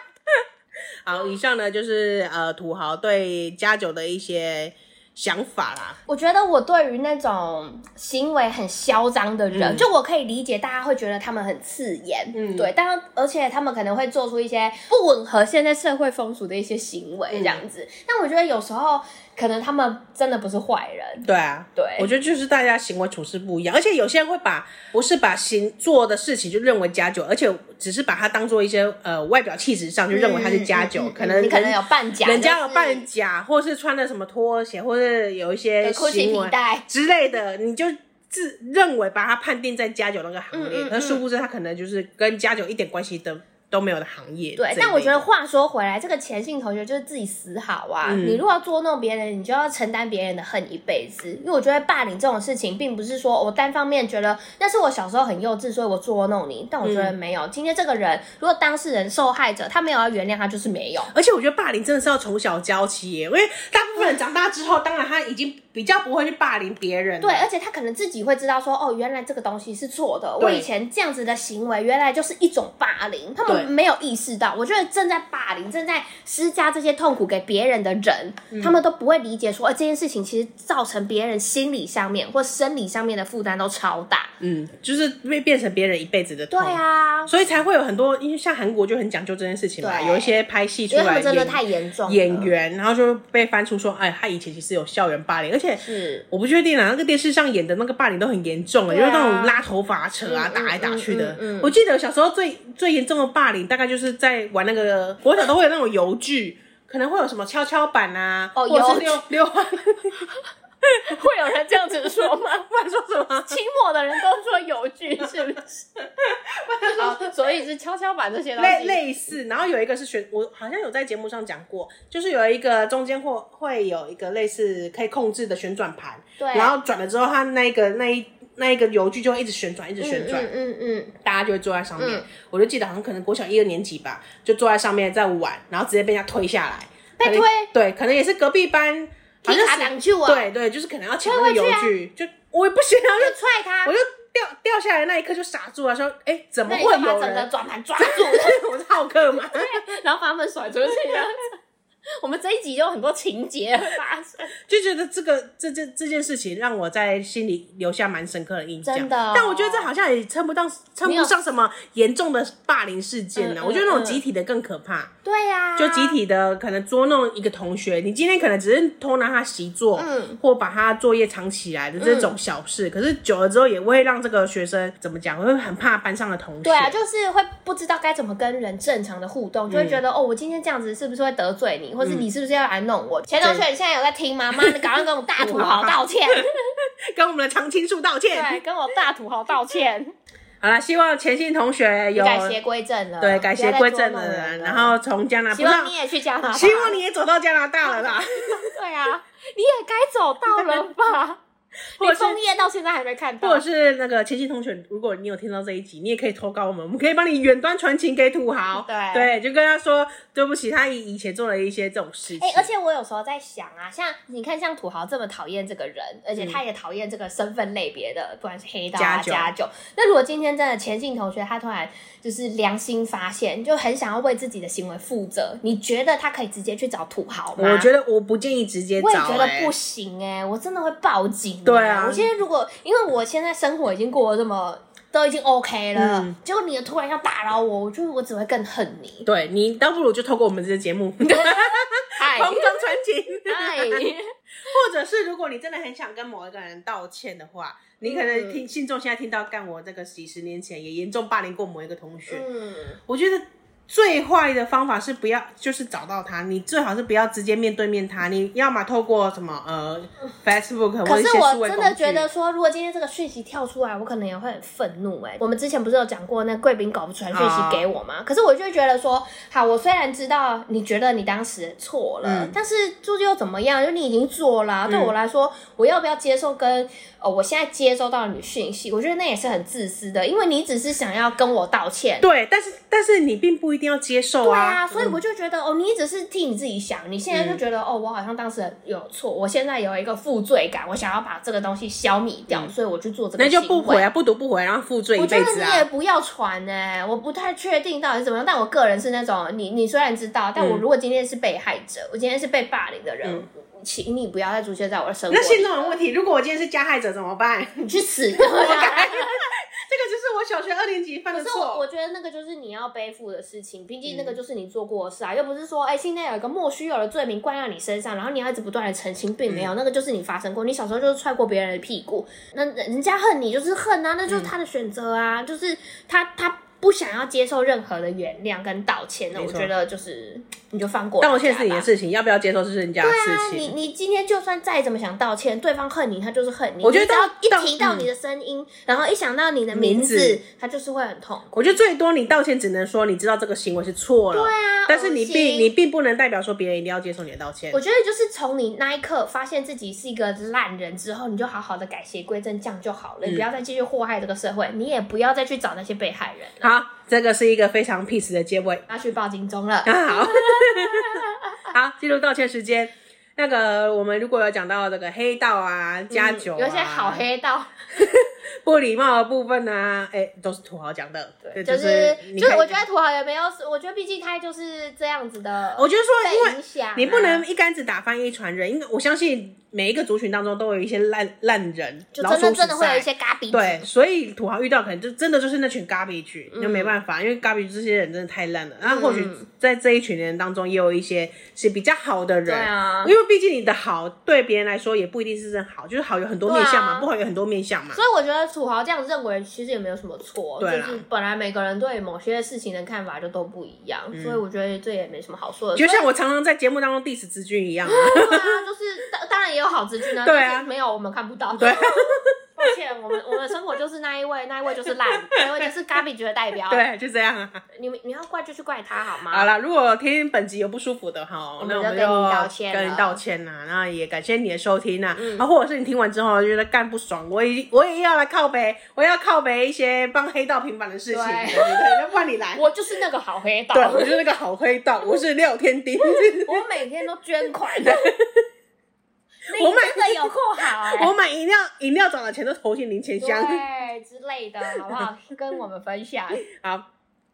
S2: 好，以上呢就是呃土豪对加酒的一些想法啦。
S1: 我觉得我对于那种行为很嚣张的人，
S2: 嗯
S1: 就我可以理解大家会觉得他们很刺眼，
S2: 嗯
S1: 对，当然而且他们可能会做出一些不吻合现在社会风俗的一些行为这样子。但我觉得有时候可能他们真的不是坏人，
S2: 对啊，
S1: 对，
S2: 我觉得就是大家行为处事不一样，而且有些人会把不是把行做的事情就认为加酒，而且只是把它当做一些呃外表气质上就认为它是加酒，
S1: 嗯嗯嗯
S2: 可能
S1: 你可能
S2: 人
S1: 有半假，
S2: 人家
S1: 就
S2: 有
S1: 是
S2: 半假，或是穿了什么拖鞋，或是有一些
S1: 有裤子
S2: 行为
S1: 皮带，
S2: 之类的，你就自认为把它判定在加酒那个行
S1: 嗯
S2: 业
S1: 嗯，
S2: 那、
S1: 嗯
S2: 殊不知它可能就是跟加酒一点关系都都没有的行业这一类
S1: 对
S2: 的。，
S1: 但我觉得话说回来，这个前性同学就是自己死好啊！
S2: 嗯
S1: 你如果要捉弄别人，你就要承担别人的恨一辈子。因为我觉得霸凌这种事情，并不是说我单方面觉得那是我小时候很幼稚，所以我捉弄你。但我觉
S2: 嗯
S1: 得没有，今天这个人如果当事人受害者，他没有要原谅，他就是没有。
S2: 而且我觉得霸凌真的是要从小教起耶，因为大部分人长大之后，当然他已经比较不会去霸凌别人了。
S1: 对，而且他可能自己会知道说，哦，原来这个东西是错的。
S2: 对
S1: 我以前这样子的行为，原来就是一种霸凌，他
S2: 对
S1: 们没有意识到。我觉得正在霸凌、正在施加这些痛苦给别人的人，
S2: 嗯
S1: 他们都不会理解说，呃，这件事情其实造成别人心理上面或生理上面的负担都超大。
S2: 嗯，就是会变成别人一辈子的
S1: 对
S2: 痛。。
S1: 啊，
S2: 所以才会有很多，因为像韩国就很讲究这件事情嘛，
S1: 对
S2: 有一些拍戏出
S1: 因为他
S2: 来
S1: 们真的
S2: 演
S1: 太严重了。
S2: 演员，然后就被翻出说，哎，他以前其实有校园霸凌，而且
S1: 是。
S2: 我不确定啊，那个电视上演的那个霸凌都很严重了，
S1: 对啊
S2: 就是那种拉头发、扯啊、
S1: 嗯嗯
S2: 打来打去的。
S1: 嗯嗯嗯
S2: 我记得我小时候最最严重的霸凌，大概就是在玩那个国小都会有那种游具，可能会有什么跷跷板啊，
S1: 哦
S2: 或者是
S1: 游具
S2: 溜溜滑，
S1: 会有人这样子 说吗？
S2: 不然说什么？
S1: 清末的人都说有句是不是？ 好所以是跷跷板这些东
S2: 类
S1: 西。
S2: 类似，然后有一个是学，我好像有在节目上讲过，就是有一个中间会会有一个类似可以控制的旋转盘，
S1: 对
S2: 然后转了之后，它那一个那一那一个游具就会一直旋转，一直旋转，
S1: 嗯嗯嗯嗯，
S2: 大家就会坐在上面。
S1: 嗯
S2: 我就记得好像可能国小一二年级吧，就坐在上面在玩，然后直接被人家推下来，
S1: 被
S2: 可能
S1: 推
S2: 对，可能也是隔壁班，好
S1: 踢
S2: 像
S1: 卡
S2: 是
S1: 挡住啊！
S2: 对对，就是可能要抢那个游
S1: 推回
S2: 具，就我也不行啊，
S1: 我就踹他，
S2: 我就我就掉掉下来那一刻就傻住了，说哎怎么
S1: 那
S2: 会
S1: 你就把
S2: 有
S1: 整个
S2: 人？
S1: 转盘抓住，
S2: 我是浩克嘛，
S1: 然后把他们甩出去。这样子 我们这一集就有很多情节会发生，
S2: 就觉得这个这这这件事情让我在心里留下蛮深刻的印象。
S1: 真的哦
S2: 但我觉得这好像也称不上称
S1: 没
S2: 不
S1: 有
S2: 上什么严重的霸凌事件呢、啊
S1: 嗯嗯
S2: 我觉得那种
S1: 嗯
S2: 集体的更可怕。
S1: 对呀、
S2: 就集体的可能捉弄一个同学，你今天可能只是偷拿他习作，
S1: 嗯
S2: 或把他作业藏起来的这种小事，可是久了之后也会让这个学生怎么讲，会很怕班上的同学。
S1: 对啊，就是会不知道该怎么跟人正常的互动，就会觉得、哦，我今天这样子是不是会得罪你，或是你是不是要来弄我？钱同学，你现在有在听吗？妈，你赶快跟我大土 豪道歉，
S2: 跟我们的常青树道
S1: 对，
S2: 歉。
S1: 跟我大土豪道歉，
S2: 好啦，希望前信同学有
S1: 改邪归正了，
S2: 对改邪归正
S1: 不
S2: 的
S1: 要再捉弄
S2: 人，
S1: 人了，啊
S2: 然后从加拿大，
S1: 希望 你也去加 拿大，
S2: 不知道希望你也走到加拿大了啦，
S1: 对啊，你也该走到了吧？
S2: 或者
S1: 你
S2: 是
S1: 枫叶到现在还没 看 到，
S2: 或者是那个前信同学，如果你有听到这一集，你也可以投稿我们，我们可以帮你远端传情给土豪。
S1: 对
S2: 对，就跟他说对不起，他以以前做了一些这种事情。
S1: 哎、而且我有时候在想啊，像你看，像土豪这么讨厌这个人，而且他也讨厌这个身份类别的，不管是黑道
S2: 嗯家
S1: 啊、
S2: 酒
S1: 家酒。那如果今天真的前进同学他突然就是良心发现，就很想要为自己的行为负责，你觉得他可以直接去找土豪吗？
S2: 我觉得我不建议直接找、
S1: 我也觉得
S2: 欸
S1: 不行哎、我真的会报警欸、
S2: 对啊
S1: 我现在如果因为我现在生活已经过得这么都已经 OK 了，
S2: 嗯
S1: 结果你突然要打扰我，我就我只会更恨你。
S2: 对你倒不如就透过我们这个节目 空中
S1: 嗨
S2: 传 情，
S1: 嗨，
S2: 或者是如果你真的很想跟某一个人道歉的话，你可能听信众现在听到干我这个几十年前也严重霸凌过某一个同学，
S1: 嗯。
S2: 我觉得最坏的方法是不要，就是找到他，你最好是不要直接面对面他，你要么透过什么呃 Facebook 或
S1: 可
S2: 者一
S1: 是
S2: 些数
S1: 我
S2: 位
S1: 真
S2: 工
S1: 的
S2: 具
S1: 觉得说，如果今天这个讯息跳出来，我可能也会很愤怒哎、我们之前不是有讲过，那贵宾狗不传讯息给我
S2: 啊
S1: 吗？可是我就觉得说，好，我虽然知道你觉得你当时错了，
S2: 嗯
S1: 但是这又怎么样？就你已经做了啊、对我来说，我要不要接受跟呃我现在接收到你的讯息？我觉得那也是很自私的，因为你只是想要跟我道歉。
S2: 对，但是但是你并不一定要接受
S1: 对
S2: 啊
S1: 啊，，所以我就觉得、哦，你只是替你自己想，你现在就觉得、哦，我好像当时有错，我现在有一个负罪感，我想要把这个东西消弭掉，所以我去做这
S2: 嗯
S1: 个
S2: 那
S1: 行为。
S2: 就不回啊，不读不回，然后负罪
S1: 我
S2: 一
S1: 觉
S2: 辈
S1: 得
S2: 子
S1: 你也
S2: 啊。
S1: 不要传哎、我不太确定到底是怎么样，但我个人是那种，你你虽然知道，
S2: 嗯
S1: 但我如果今天是被害者，我今天是被霸凌的人，请你不要再出现在我的生活里。
S2: 那现在有问题，如果我今天是加害者怎么办？
S1: 你去死！对啊
S2: 这个就是我小学二年级犯的
S1: 可是我
S2: 错嗯
S1: 我。觉得那个就是你要背负的事情，毕竟那个就是你做过的事啊，又不是说哎、现在有一个莫须有的罪名灌到你身上，然后你要一直不断的澄清，
S2: 嗯
S1: 并没有、那个就是你发生过，你小时候就是踹过别人的屁股，那人家恨你就是恨啊，那就是他的选择啊，就是他他不想要接受任何的原谅跟道歉，那
S2: 没
S1: 我
S2: 错
S1: 觉得就是你就放过
S2: 但
S1: 人家吧，
S2: 我现在是你的事情，要不要接受是人家的
S1: 那
S2: 事
S1: 啊你
S2: 情。
S1: 你今天就算再怎么想道歉，对方恨你，他就是恨你。
S2: 我觉得
S1: 你只要
S2: 到
S1: 一提
S2: 到
S1: 到你的声音，然后一想到你的
S2: 名
S1: 名
S2: 字
S1: 字，他就是会很痛苦。
S2: 我觉得最多你道歉只能说你知道这个行为是错了，
S1: 对啊
S2: 但是你
S1: 恶心
S2: 并你并不能代表说别人一定要接受你的道歉
S1: 我。觉得就是从你那一刻发现自己是一个烂人之后，你就好好的改邪归正，这样就好
S2: 嗯
S1: 了。你不要再继续祸害这个社会，你也不要再去找那些被害人了。
S2: 好，这个是一个非常 peace 的结尾。
S1: 要去报警钟了，嗯
S2: 啊，好，好，进入道歉时间。那个，我们如果有讲到这个黑道啊、加酒、啊
S1: 嗯有些好黑道，
S2: 不礼貌的部分啊，哎、都是土豪讲的。对，
S1: 就是是
S2: 你
S1: 就是，
S2: 可以
S1: 我觉得土豪也没有，我觉得毕竟他就是这样子的，
S2: 我觉得说，哦因
S1: 被
S2: 为
S1: 影响啊、
S2: 你不能一竿子打翻一船人，因为我相信每一个族群当中都有一些烂烂人，
S1: 就
S2: 老
S1: 真
S2: 鼠
S1: 的
S2: 屎
S1: 真的会有一
S2: 塞
S1: 些嘎比子
S2: 对，所以土豪遇到可能就真的就是那群嘎比剧，那、
S1: 嗯
S2: 没办法，因为嘎比这些人真的太烂了。那、或许在这一群人当中，也有一些是比较好的人，
S1: 对啊
S2: 因为毕竟你的好对别人来说也不一定是真好，就是好有很多面相嘛，
S1: 对啊
S2: 不好有很多面相嘛
S1: 所。以我觉得土豪这样认为其实也没有什么错，就
S2: 对啊啦
S1: 是本来每个人对某些事情的看法就都不一样，所以我觉得这也没什么好说
S2: 嗯
S1: 的。
S2: 就
S1: 所以
S2: 像我常常在节目当中 diss 之君一 样啊、
S1: 对啊，就是当当然也有好资讯啊，
S2: 对啊
S1: 但是没有我们看不到。对，抱歉，我们我们生活就是那一位，那一位就是烂，那一位就是咖比局的代表。，
S2: 对，啊就这样啊。
S1: 你们你要怪就去怪他好吗？
S2: 好了，如果听本集有不舒服的哈，
S1: 我们
S2: 那我
S1: 就
S2: 们
S1: 跟你
S2: 就
S1: 道歉
S2: 跟你
S1: 了嗯
S2: 道歉呐、然后也感谢你的收听呐、啊，或者是你听完之后觉得干不爽，我也我也要来靠北，我要靠北一些帮黑道平反的事情，
S1: 对
S2: 对对对，要不然你来。
S1: 我就是那个好黑道
S2: 对，，我就是那个好黑道，我是廖天 丁，
S1: 我每天都捐款的。
S2: 我
S1: 你
S2: 买
S1: 真的有够好哎、
S2: 我买饮料，饮料涨的钱都投进零钱箱。
S1: 对之类的，好不好？跟我们分享。
S2: 好。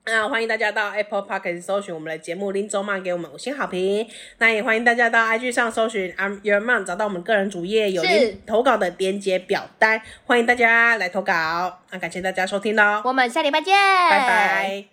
S2: 那、欢迎大家到 Apple p o c k e t 搜寻我们的节目《林州漫》，给我们五星好评。那也欢迎大家到 IG 上搜寻 I'm Your Mom，找到我们个人主页有
S1: 是
S2: 连投稿的连接表单，欢迎大家来投稿。那感谢大家收听喽，
S1: 我们下礼拜见，
S2: 拜
S1: 拜
S2: 拜。